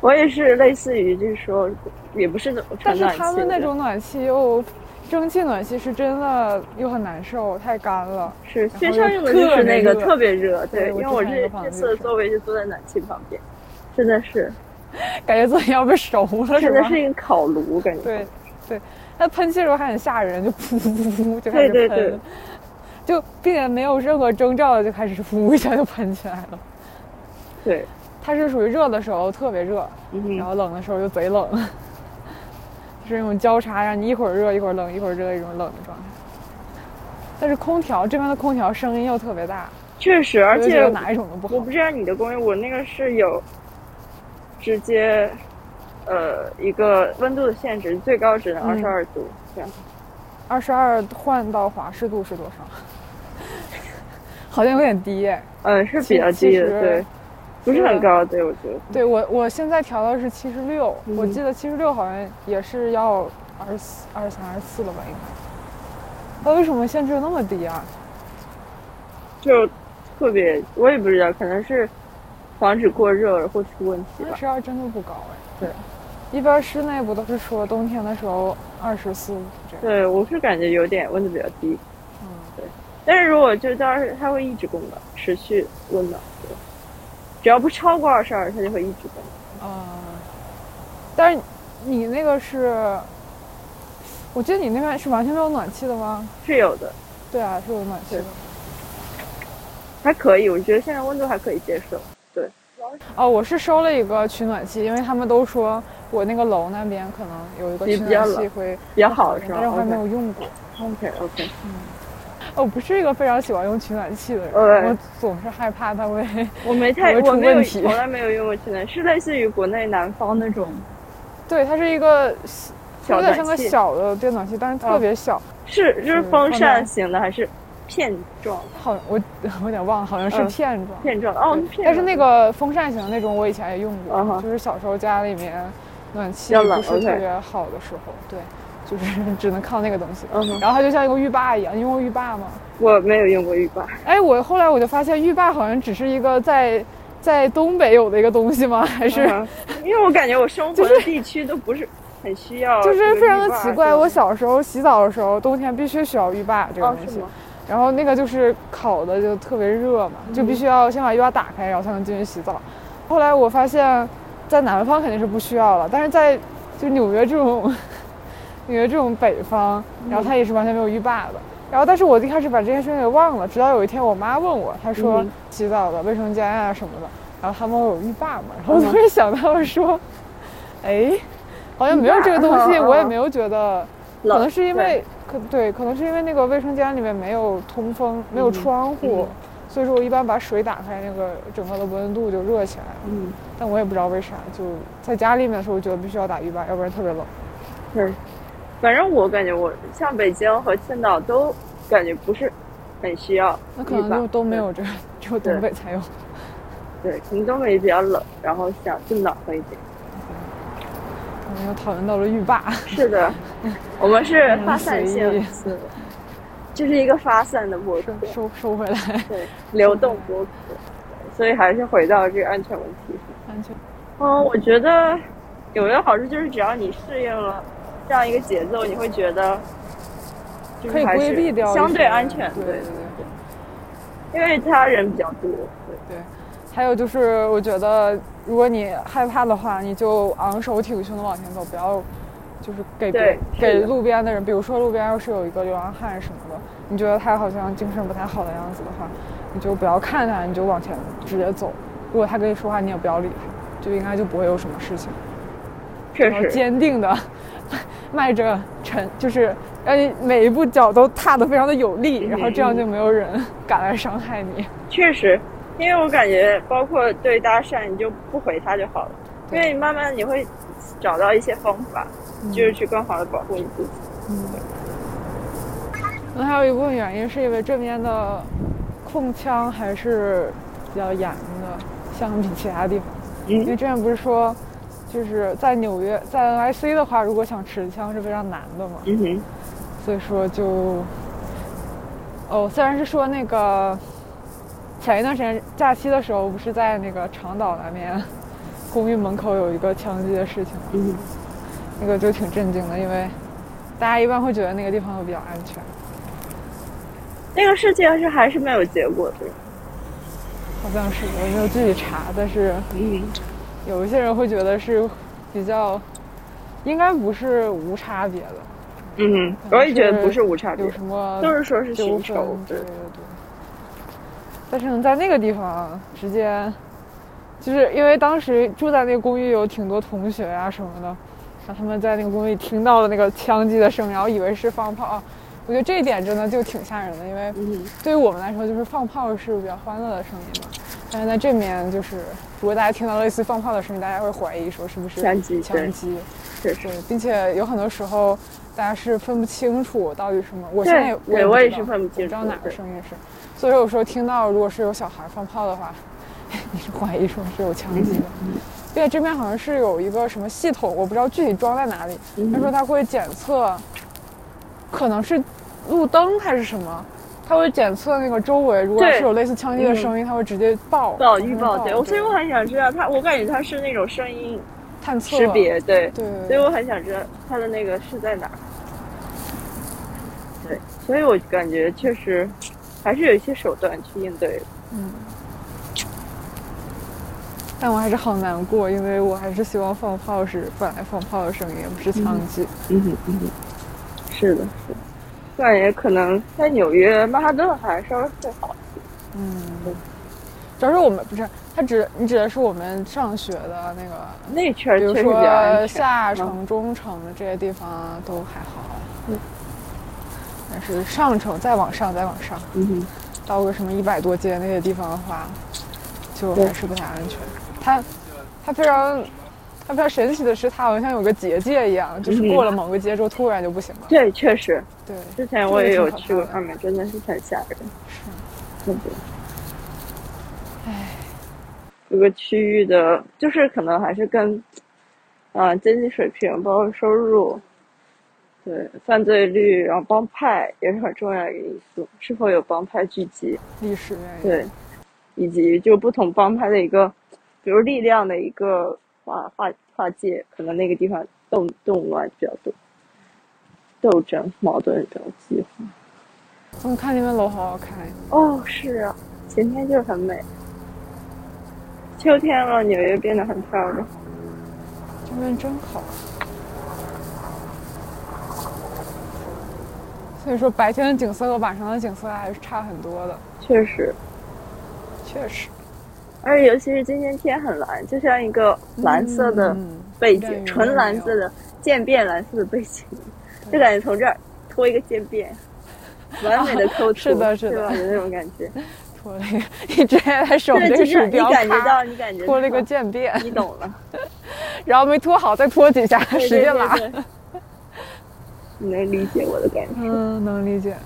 Speaker 2: 我也是类似于就是说，也不是
Speaker 1: 但
Speaker 2: 传
Speaker 1: 是
Speaker 2: 暖气
Speaker 1: 他们那
Speaker 2: 的
Speaker 1: 种暖气又，蒸汽暖气是真的又很难受，太干了。
Speaker 2: 是
Speaker 1: 后
Speaker 2: 学校
Speaker 1: 又
Speaker 2: 用的就是那个
Speaker 1: 特别热
Speaker 2: 特别
Speaker 1: 对
Speaker 2: 热，对，
Speaker 1: 我
Speaker 2: 因为
Speaker 1: 之
Speaker 2: 我
Speaker 1: 前有
Speaker 2: 这
Speaker 1: 房
Speaker 2: 这
Speaker 1: 子
Speaker 2: 次
Speaker 1: 就
Speaker 2: 的
Speaker 1: 是
Speaker 2: 座位就坐在暖气旁边，真的是
Speaker 1: 感觉自己要被熟了，
Speaker 2: 真
Speaker 1: 是
Speaker 2: 的
Speaker 1: 吧？
Speaker 2: 是一个烤炉感觉。
Speaker 1: 对，对，它喷气的时候还很吓人，就噗噗噗噗就开
Speaker 2: 对
Speaker 1: 始喷，
Speaker 2: 对对
Speaker 1: 就并且没有任何征兆的就开始噗一下就喷起来了。
Speaker 2: 对，
Speaker 1: 它是属于热的时候特别热，
Speaker 2: 嗯
Speaker 1: 然
Speaker 2: 哼，
Speaker 1: 后冷的时候又贼冷，就是那种交叉，让你一会儿热一会儿冷，一会儿热一会儿冷的状态。但是空调这边的空调声音又特别大，
Speaker 2: 确实，而
Speaker 1: 我就觉
Speaker 2: 且
Speaker 1: 得哪一种都不
Speaker 2: 我
Speaker 1: 好
Speaker 2: 不。知道你的公寓，我那个是有直接，呃一个温度的限制，最高只能二
Speaker 1: 嗯
Speaker 2: 十二度、这样。
Speaker 1: 二十二换到华氏度是多少？ 好像有点低耶。
Speaker 2: 嗯，是
Speaker 1: 其
Speaker 2: 比较
Speaker 1: 其
Speaker 2: 低的，
Speaker 1: 实
Speaker 2: 对，不是
Speaker 1: 是
Speaker 2: 很高，对我觉得。
Speaker 1: 对我，我现在调的是七十六，我
Speaker 2: 嗯
Speaker 1: 记得七十六好像也是要二十四、二十三、二十四了吧，应该。那为什么限制那么低啊？
Speaker 2: 就特别，我也不知道，可能是防止过热会出问题
Speaker 1: 二
Speaker 2: 吧。
Speaker 1: 十二真的不高哎。对，一般室内不都是说冬天的时候二十四度这样？
Speaker 2: 对，我是感觉有点温度比较低，
Speaker 1: 嗯，
Speaker 2: 但是如果就到时它会一直供暖，持续温暖，对，只要不超过二十二，它就会一直供暖。
Speaker 1: 啊、但是你那个是，我记得你那边是完全没有暖气的吗？
Speaker 2: 是有的，
Speaker 1: 对啊，是有暖气的。
Speaker 2: 还可以，我觉得现在温度还可以接受。对，
Speaker 1: 哦，我是收了一个取暖器，因为他们都说我那个楼那边可能有一个
Speaker 2: 比
Speaker 1: 取
Speaker 2: 比较
Speaker 1: 暖器
Speaker 2: 冷
Speaker 1: 会
Speaker 2: 比较好是吧
Speaker 1: 但是我还没有用过。
Speaker 2: ？OK OK，
Speaker 1: 我不是一个非常喜欢用取暖器的人，
Speaker 2: 呃
Speaker 1: 我总是害怕它会。
Speaker 2: 我没太，
Speaker 1: 不会
Speaker 2: 我
Speaker 1: 出
Speaker 2: 没有
Speaker 1: 问题
Speaker 2: 从来没有用过取暖，是类似于国内南方那种
Speaker 1: 对，它是一个有
Speaker 2: 小
Speaker 1: 点像个
Speaker 2: 暖气，嗯
Speaker 1: 小的电暖器，但是特别小。
Speaker 2: 是就是
Speaker 1: 嗯
Speaker 2: 风
Speaker 1: 放
Speaker 2: 扇
Speaker 1: 大
Speaker 2: 型的还是片状？
Speaker 1: 好，我我有点忘了，好像是
Speaker 2: 嗯
Speaker 1: 片状。
Speaker 2: 片状哦
Speaker 1: 对，
Speaker 2: 片
Speaker 1: 但是
Speaker 2: 状
Speaker 1: 那个风扇型的那种，我以前也用过，
Speaker 2: 嗯哼
Speaker 1: 就是小时候家里面暖气
Speaker 2: 要冷
Speaker 1: 不是特
Speaker 2: OK
Speaker 1: 别好的时候，对，就是 只能靠那个东西。
Speaker 2: 嗯哼
Speaker 1: 然后它就像一个浴霸一样，你用过浴霸吗？
Speaker 2: 我没有用过浴霸，
Speaker 1: 哎，我后来我就发现浴霸好像只是一个在在东北有的一个东西吗？还是、
Speaker 2: 嗯因为我感觉我生活的地区都不是很需要，
Speaker 1: 就是非常的奇怪。我小时候洗澡的时候，冬天必须需要浴霸这个
Speaker 2: 哦
Speaker 1: 东
Speaker 2: 是
Speaker 1: 西，
Speaker 2: 吗？
Speaker 1: 然后那个就是烤的就特别热嘛，
Speaker 2: 嗯
Speaker 1: 就必须要先把浴霸打开，然后才能进去洗澡。后来我发现，在南方肯定是不需要了，但是在就纽约这种 纽约这种北方，然后它也是完全没有浴霸的。然后，但是我一开始把这件事情给忘了，直到有一天我妈问我，她说
Speaker 2: 嗯
Speaker 1: 洗澡的卫生间啊什么的，然后他们有浴霸嘛，然后
Speaker 2: 嗯
Speaker 1: 我突然想到了说， 哎，好像没有这个东西，
Speaker 2: 嗯嗯嗯
Speaker 1: 我也没有觉得。
Speaker 2: 冷
Speaker 1: 可能是因为可对，可能是因为那个卫生间里面没有通风，没有
Speaker 2: 嗯
Speaker 1: 窗户，
Speaker 2: 嗯
Speaker 1: 所以说我一般把水打开，那个整个的温度就热起来了。
Speaker 2: 嗯，
Speaker 1: 但我也不知道为啥，就在家里面的时候，我觉得必须要打浴霸，要不然特别冷。
Speaker 2: 是，反正我感觉我像北京和青岛都感觉不是很需要浴霸，
Speaker 1: 那可能就都没有这个，只有
Speaker 2: 对
Speaker 1: 东北才有。
Speaker 2: 对，对可能东北比较冷，然后想更暖和一点。
Speaker 1: 我们又讨论到了浴霸，
Speaker 2: 是 的，我们是发散
Speaker 1: 嗯随
Speaker 2: 性
Speaker 1: 意，
Speaker 2: 是的这是一个发散的博客，
Speaker 1: 收收回来，
Speaker 2: 对，流动博客，对所以还是回到这个安全问题上。
Speaker 1: 安全。
Speaker 2: 嗯，我觉得有一个好处就是，只要你适应了这样一个节奏，你会觉得就是
Speaker 1: 可以
Speaker 2: 还是
Speaker 1: 规避掉一些，
Speaker 2: 相对安全。
Speaker 1: 对
Speaker 2: 对
Speaker 1: 对，对。
Speaker 2: 因为他人比较多。
Speaker 1: 对，还有就是，我觉得如果你害怕的话，你就昂首挺胸的往前走，不要就是给别
Speaker 2: 对是
Speaker 1: 给
Speaker 2: 的
Speaker 1: 路边的人，比如说路边要是有一个流浪汉什么的，你觉得他好像精神不太好的样子的话，你就不要看他，你就往前直接走。如果他跟你说话，你也不要理他，就应该就不会有什么事情。
Speaker 2: 对，
Speaker 1: 然后
Speaker 2: 确实，
Speaker 1: 坚定的 迈着沉，就是让你每一步脚都踏得非常的有力，
Speaker 2: 嗯
Speaker 1: 然后这样就没有人 敢来伤害你。
Speaker 2: 确实，因为我感觉，包括对搭讪，你就不回他就好了，因为慢慢你会找到一些方法，
Speaker 1: 嗯
Speaker 2: 就是去更好的保护你自己。
Speaker 1: 那还有一部分原因是因为这边的控枪还是比较严的，相比其他地方。因为
Speaker 2: 嗯，
Speaker 1: 之前不是说，就是在纽约，在 NYC 的话，如果想持枪是非常难的嘛，
Speaker 2: 嗯哼，
Speaker 1: 所以说就，哦，虽然是说那个前一段时间假期的时候，不是在那个长岛那边公寓门口有一个枪击的事情嘛，
Speaker 2: 嗯
Speaker 1: 那个就挺震惊的，因为大家一般会觉得那个地方会比较安全。
Speaker 2: 那个事情是还是没有结果的。
Speaker 1: 好像是，我没有具体查，但是
Speaker 2: 嗯，
Speaker 1: 有一些人会觉得是比较，应该不是无差别的，
Speaker 2: 嗯哼，我也觉得不是无差别
Speaker 1: 有，什么
Speaker 2: 就是说是
Speaker 1: 纠
Speaker 2: 寻仇
Speaker 1: 纷。之
Speaker 2: 对
Speaker 1: 类的。对但是能在那个地方直接，就是因为当时住在那个公寓有挺多同学啊什么的，然后他们在那个公寓听到了那个枪击的声音，然后以为是放炮。啊我觉得这一点真的就挺吓人的，因为
Speaker 2: 嗯哼。
Speaker 1: 对于我们来说，就是放炮是比较欢乐的声音嘛。但是在这面就是，如果大家听到类似放炮的声音，大家会怀疑说是不是
Speaker 2: 枪击对
Speaker 1: 枪击，
Speaker 2: 确实
Speaker 1: 对，并且有很多时候大家是分不清楚到底什么。我现在也
Speaker 2: 对
Speaker 1: 也
Speaker 2: 我也
Speaker 1: 知
Speaker 2: 是
Speaker 1: 道
Speaker 2: 分不清
Speaker 1: 知道
Speaker 2: 楚
Speaker 1: 哪个
Speaker 2: 对
Speaker 1: 声音是。所以有时候听到如果是有小孩放炮的话， 你是怀疑说是有枪击的。对，这边好像是有一个什么系统，我不知道具体装在哪里。
Speaker 2: 嗯
Speaker 1: 他说他会检测，可能是路灯还是什么，他会检测那个周围，如果要
Speaker 2: 对嗯
Speaker 1: 是有类似枪击的声音，他会直接报
Speaker 2: 报
Speaker 1: 往
Speaker 2: 预
Speaker 1: 上
Speaker 2: 报对，我所以我很想知道它，我感觉它是那种声音
Speaker 1: 探测
Speaker 2: 识别对，
Speaker 1: 对对
Speaker 2: 所以
Speaker 1: 对
Speaker 2: 我很想知道它的那个是在哪儿。对，所以我感觉确实还是有一些手段去应对的。
Speaker 1: 但我还是好难过，因为我还是希望放炮是本来放炮的声音，不是枪击。
Speaker 2: 嗯哼嗯哼，是的，是的。我感觉可能在纽约曼哈顿还稍微会好一些。
Speaker 1: 主要是我们不是，他指你指的是我们上学的那个，
Speaker 2: 那圈儿
Speaker 1: 比
Speaker 2: 确
Speaker 1: 如
Speaker 2: 实比较安
Speaker 1: 说
Speaker 2: 全。
Speaker 1: 下城、中城这些地方都还好，
Speaker 2: 嗯
Speaker 1: 但是上城再往上再往上，
Speaker 2: 嗯哼，
Speaker 1: 到个什么一百多街那些地方的话，就还是不太安全。它它非常它非常神奇的是，它好像有个结界一样，就是
Speaker 2: 嗯
Speaker 1: 过了某个街之后突然就不行了。
Speaker 2: 对，确实，
Speaker 1: 对，
Speaker 2: 之前我也有去
Speaker 1: 这
Speaker 2: 过
Speaker 1: 个挺可怕的
Speaker 2: 上面，真的是很吓人。
Speaker 1: 是
Speaker 2: 对对。这个区域的，就是可能还是跟，啊，经济水平，包括收入，对犯罪率，然后帮派也是很重要的一个因素。是否有帮派聚集，
Speaker 1: 历史原因。
Speaker 2: 对，以及就不同帮派的一个，比如力量的一个划划划界，可能那个地方动动乱比较多，斗争矛盾比较激化。
Speaker 1: 我们看那边楼好好看呀。
Speaker 2: 哦，是啊，晴天就很美。秋天了，纽约变得很漂亮。
Speaker 1: 这边真好。所以说，白天的景色和晚上的景色还是差很多的，
Speaker 2: 确实，
Speaker 1: 确实。
Speaker 2: 而且尤其是今天天很蓝，就像一个蓝色的
Speaker 1: 嗯
Speaker 2: 背
Speaker 1: 嗯
Speaker 2: 景，
Speaker 1: 嗯
Speaker 2: 纯蓝色的渐变蓝色的背景，就感觉从这儿拖一个渐变，完美的抠图，
Speaker 1: 是的是的
Speaker 2: 吧？有那种感觉。
Speaker 1: 拖了一个，一直在手这个
Speaker 2: 对，其实
Speaker 1: 鼠
Speaker 2: 你
Speaker 1: 标
Speaker 2: 感觉
Speaker 1: 咔
Speaker 2: 到，你感觉
Speaker 1: 拖了一个
Speaker 2: 到
Speaker 1: 渐变，
Speaker 2: 你 懂了，
Speaker 1: 然后没拖好，再拖几下，
Speaker 2: 对
Speaker 1: 使劲拉。。
Speaker 2: 对对 对你能理解我的感受？
Speaker 1: 嗯，能理解。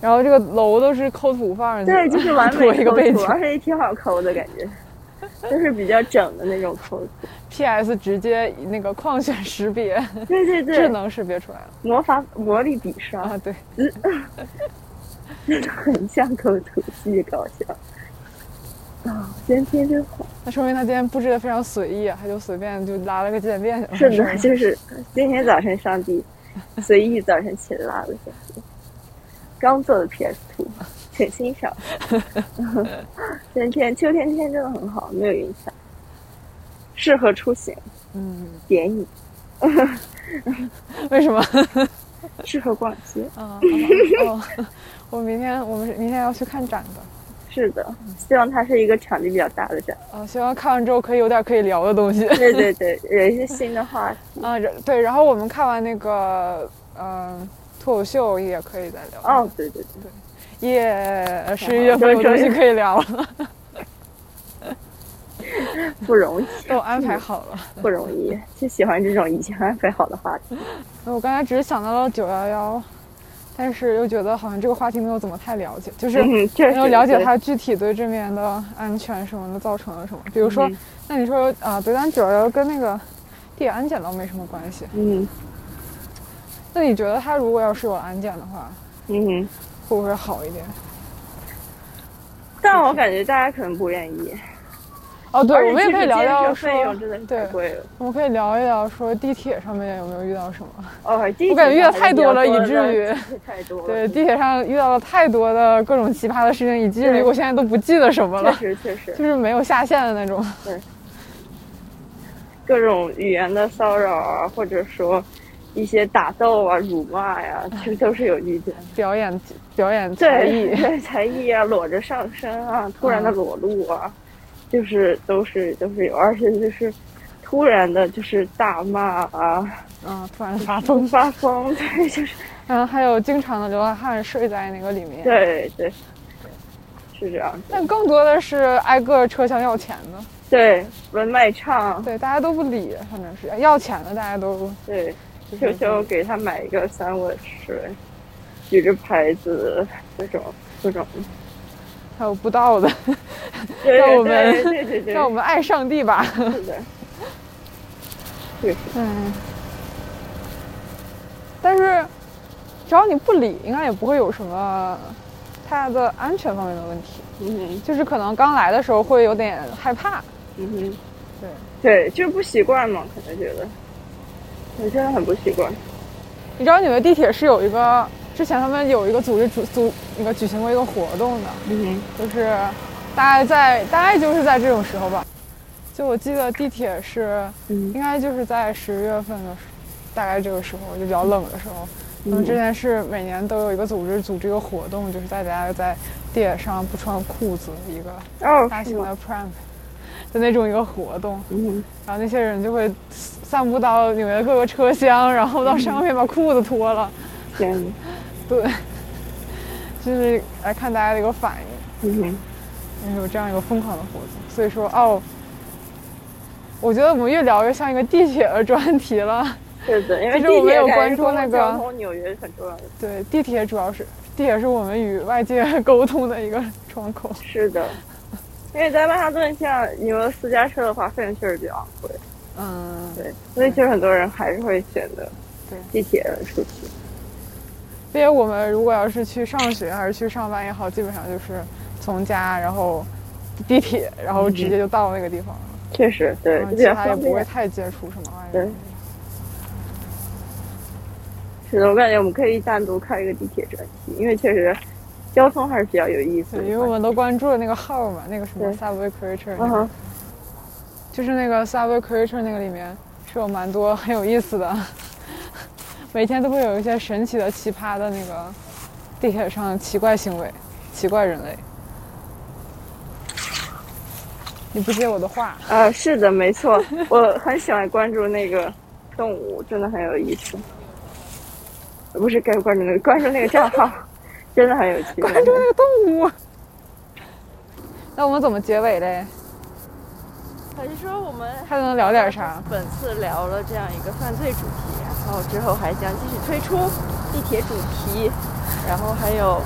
Speaker 1: 然后这个楼都是抠图放上去的，
Speaker 2: 对，就是完
Speaker 1: 拖
Speaker 2: 美
Speaker 1: 嗯一个
Speaker 2: 抠
Speaker 1: 背
Speaker 2: 图
Speaker 1: 景。
Speaker 2: 而且也挺好抠的感觉，就是比较整的那种抠图。
Speaker 1: P.S. 直接那个矿泉识别，
Speaker 2: 对对
Speaker 1: 智
Speaker 2: 对，
Speaker 1: 能识别出来了
Speaker 2: 魔法魔力笔刷
Speaker 1: 啊！对，
Speaker 2: 真的很像抠图，巨搞笑。啊、今天天真好。
Speaker 1: 那说明他今天布置的非常随意，啊，他就随便就拉了个渐变就完
Speaker 2: 是
Speaker 1: 事儿
Speaker 2: 的，
Speaker 1: 了
Speaker 2: 就是 今天早晨上帝随意早晨起来拉的小图，刚做的 PS 图，请欣赏。 今天秋天天真的很好，没有云彩，适合出行，
Speaker 1: 嗯，
Speaker 2: 点你，
Speaker 1: 为什么？
Speaker 2: 适合逛街。
Speaker 1: 啊，哦， 我明天我们是明天要去看展的，
Speaker 2: 是的，希望它是一个场地比较大 的展。
Speaker 1: 啊，希望看完之后可以有点可以聊的东西。
Speaker 2: 对对对，有一些新的话题。
Speaker 1: 啊，然对，然后我们看完那个嗯脱口秀也可以再聊。
Speaker 2: 哦，对对对，
Speaker 1: 耶，十一月份有东西可以 聊了，
Speaker 2: 不容易，嗯
Speaker 1: 都安排好了。
Speaker 2: 不容易，就喜欢这种已经安排好的话题。
Speaker 1: 呃我刚才只是想到了九幺幺，但是又觉得好像这个话题没有怎么太了解，就是
Speaker 2: 嗯，确
Speaker 1: 没
Speaker 2: 实
Speaker 1: 有了解它具体对这面的安全什么的造成了什么。比如说，
Speaker 2: 嗯
Speaker 1: 那你说啊、对，咱九幺幺跟那个地铁安检倒没什么关系。
Speaker 2: 嗯
Speaker 1: 那你觉得它如果要是有安检的话，
Speaker 2: 嗯，
Speaker 1: 会不会好一点？
Speaker 2: 但我感觉大家可能不愿意。
Speaker 1: 哦，
Speaker 2: 而
Speaker 1: 对，
Speaker 2: 且
Speaker 1: 我们也可以聊聊说
Speaker 2: 其实接受费用真的是太
Speaker 1: 对
Speaker 2: 贵了。
Speaker 1: 我们可以聊一聊说地铁上面有没有遇到什么？
Speaker 2: 哦，地
Speaker 1: 我感觉
Speaker 2: 铁
Speaker 1: 遇到太
Speaker 2: 上还是
Speaker 1: 多
Speaker 2: 比较
Speaker 1: 了以
Speaker 2: 的
Speaker 1: 至于
Speaker 2: 地铁太多了。
Speaker 1: 对，地铁上遇到了太多的各种奇葩的事情，以至于
Speaker 2: 对
Speaker 1: 我现在都不记得什么
Speaker 2: 确
Speaker 1: 了，
Speaker 2: 实确实
Speaker 1: 就是没有下限的那种。
Speaker 2: 各种语言的骚扰啊，或者说一些打斗啊、辱骂呀、其实都是有遇见的。
Speaker 1: 表演表演才
Speaker 2: 对
Speaker 1: 艺，
Speaker 2: 对，才艺啊，裸着上身啊，突然的
Speaker 1: 嗯
Speaker 2: 裸露啊，就是都是都是有，而且就是突然的，就是大骂啊，
Speaker 1: 嗯，突然 发疯，
Speaker 2: 发疯，对，就是
Speaker 1: 然后还有经常的流浪汉睡在那个里面，
Speaker 2: 对对，是这样子。
Speaker 1: 但更多的是挨个车厢要钱的，
Speaker 2: 对，文卖唱，
Speaker 1: 对，大家都不理，反正是要钱的，大家都
Speaker 2: 对，
Speaker 1: 就是
Speaker 2: 球球给他买一个 sandwich，举着牌子这种这种，
Speaker 1: 还有不到的，
Speaker 2: 对
Speaker 1: 让我
Speaker 2: 对
Speaker 1: 们
Speaker 2: 对对对，
Speaker 1: 让我们爱上帝吧。
Speaker 2: 是的，对，
Speaker 1: 嗯，但是只要你不理，应该也不会有什么太大的安全方面的问题。
Speaker 2: 嗯哼
Speaker 1: 就是可能刚来的时候会有点害怕，
Speaker 2: 嗯哼，
Speaker 1: 对，
Speaker 2: 对，就是不习惯嘛，可能觉得，我真的很不习惯，
Speaker 1: 你知道纽约地铁是有一个，之前他们有一个组织组组那个举行过一个活动的，
Speaker 2: 嗯
Speaker 1: 就是大概在大概就是在这种时候吧。就我记得地铁是
Speaker 2: 嗯
Speaker 1: 应该就是在十月份的时大概这个时候就比较冷的时候。他们
Speaker 2: 嗯
Speaker 1: 之前是每年都有一个组织组织一个活动，就是大家在地铁上不穿裤子的一个
Speaker 2: 哼，哦，
Speaker 1: 大
Speaker 2: 是
Speaker 1: 型
Speaker 2: 吗？
Speaker 1: 的 prank 的那种一个活动。
Speaker 2: 嗯哼，
Speaker 1: 然后那些人就会散步到纽约各个车厢，然后到上面把裤子脱了，嗯
Speaker 2: 天哪，
Speaker 1: 对，就是来看大家的一个反应，
Speaker 2: 嗯哼，
Speaker 1: 就是有这样一个疯狂的活动。所以说，哦，我觉得我们越聊越像一个地铁的专题了。
Speaker 2: 是的，因为
Speaker 1: 其实
Speaker 2: 地
Speaker 1: 我没
Speaker 2: 铁
Speaker 1: 有
Speaker 2: 感觉
Speaker 1: 关
Speaker 2: 是
Speaker 1: 注
Speaker 2: 公共
Speaker 1: 那个
Speaker 2: 交通纽约很重要的，
Speaker 1: 对，地铁主要是地铁是我们与外界沟通的一个窗口。
Speaker 2: 是的。因为在曼哈顿，像你们私家车的话，费用确实比较昂贵，
Speaker 1: 嗯，
Speaker 2: 对，所以其实很多人还是会选择
Speaker 1: 对
Speaker 2: 地铁出去。
Speaker 1: 因为我们如果要是去上学还是去上班也好，基本上就是从家然后地铁，然后直接就到那个地方了。
Speaker 2: 确实，对，
Speaker 1: 嗯
Speaker 2: 就比
Speaker 1: 其
Speaker 2: 较
Speaker 1: 他也
Speaker 2: 方
Speaker 1: 不会
Speaker 2: 便。
Speaker 1: 太接触什么玩意
Speaker 2: 对
Speaker 1: 儿。
Speaker 2: 是的，我感觉我们可以单独开一个地铁专题，因为确实交通还是比较有意思的。
Speaker 1: 对，因为我们都关注了那个号嘛，那个什么
Speaker 2: 对
Speaker 1: Subway Creature，那个、
Speaker 2: 嗯哼，
Speaker 1: 就是那个 Subway Creature 那个里面是有蛮多很有意思的， 每天都会有一些神奇的、奇葩的那个地铁上的奇怪行为、奇怪人类。你不接我的话，
Speaker 2: 啊，是的，没错，我很喜欢关注那个动物，真的很有意思。不是该关注那个，关注那个账号，真的很有趣。
Speaker 1: 关注那个动物。那我们怎么结尾嘞？
Speaker 2: 还是说我们
Speaker 1: 还能聊点啥？
Speaker 2: 本次聊了这样一个犯罪主题，然后之后还将继续推出地铁主题，然后还有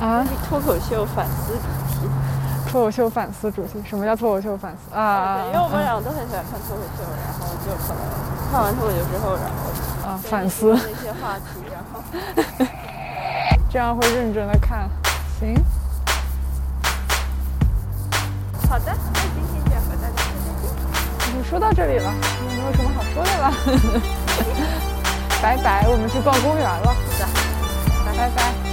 Speaker 1: 啊？
Speaker 2: 脱口秀反思主题。
Speaker 1: 脱口秀反思主题，什么叫脱口秀反思
Speaker 2: 对
Speaker 1: 啊？
Speaker 2: 因为我们两个都很喜欢看脱口秀，然后就可能看完脱口秀之后，然后
Speaker 1: 啊
Speaker 2: 再
Speaker 1: 反思
Speaker 2: 进，行一些话题，然后
Speaker 1: 这样会认真的看。行，
Speaker 2: 好的，那今天就和大家说再见，
Speaker 1: 我们说到这里了，有没有什么好说的 了？拜拜，我们去逛公园了。
Speaker 2: 是的
Speaker 1: 拜拜。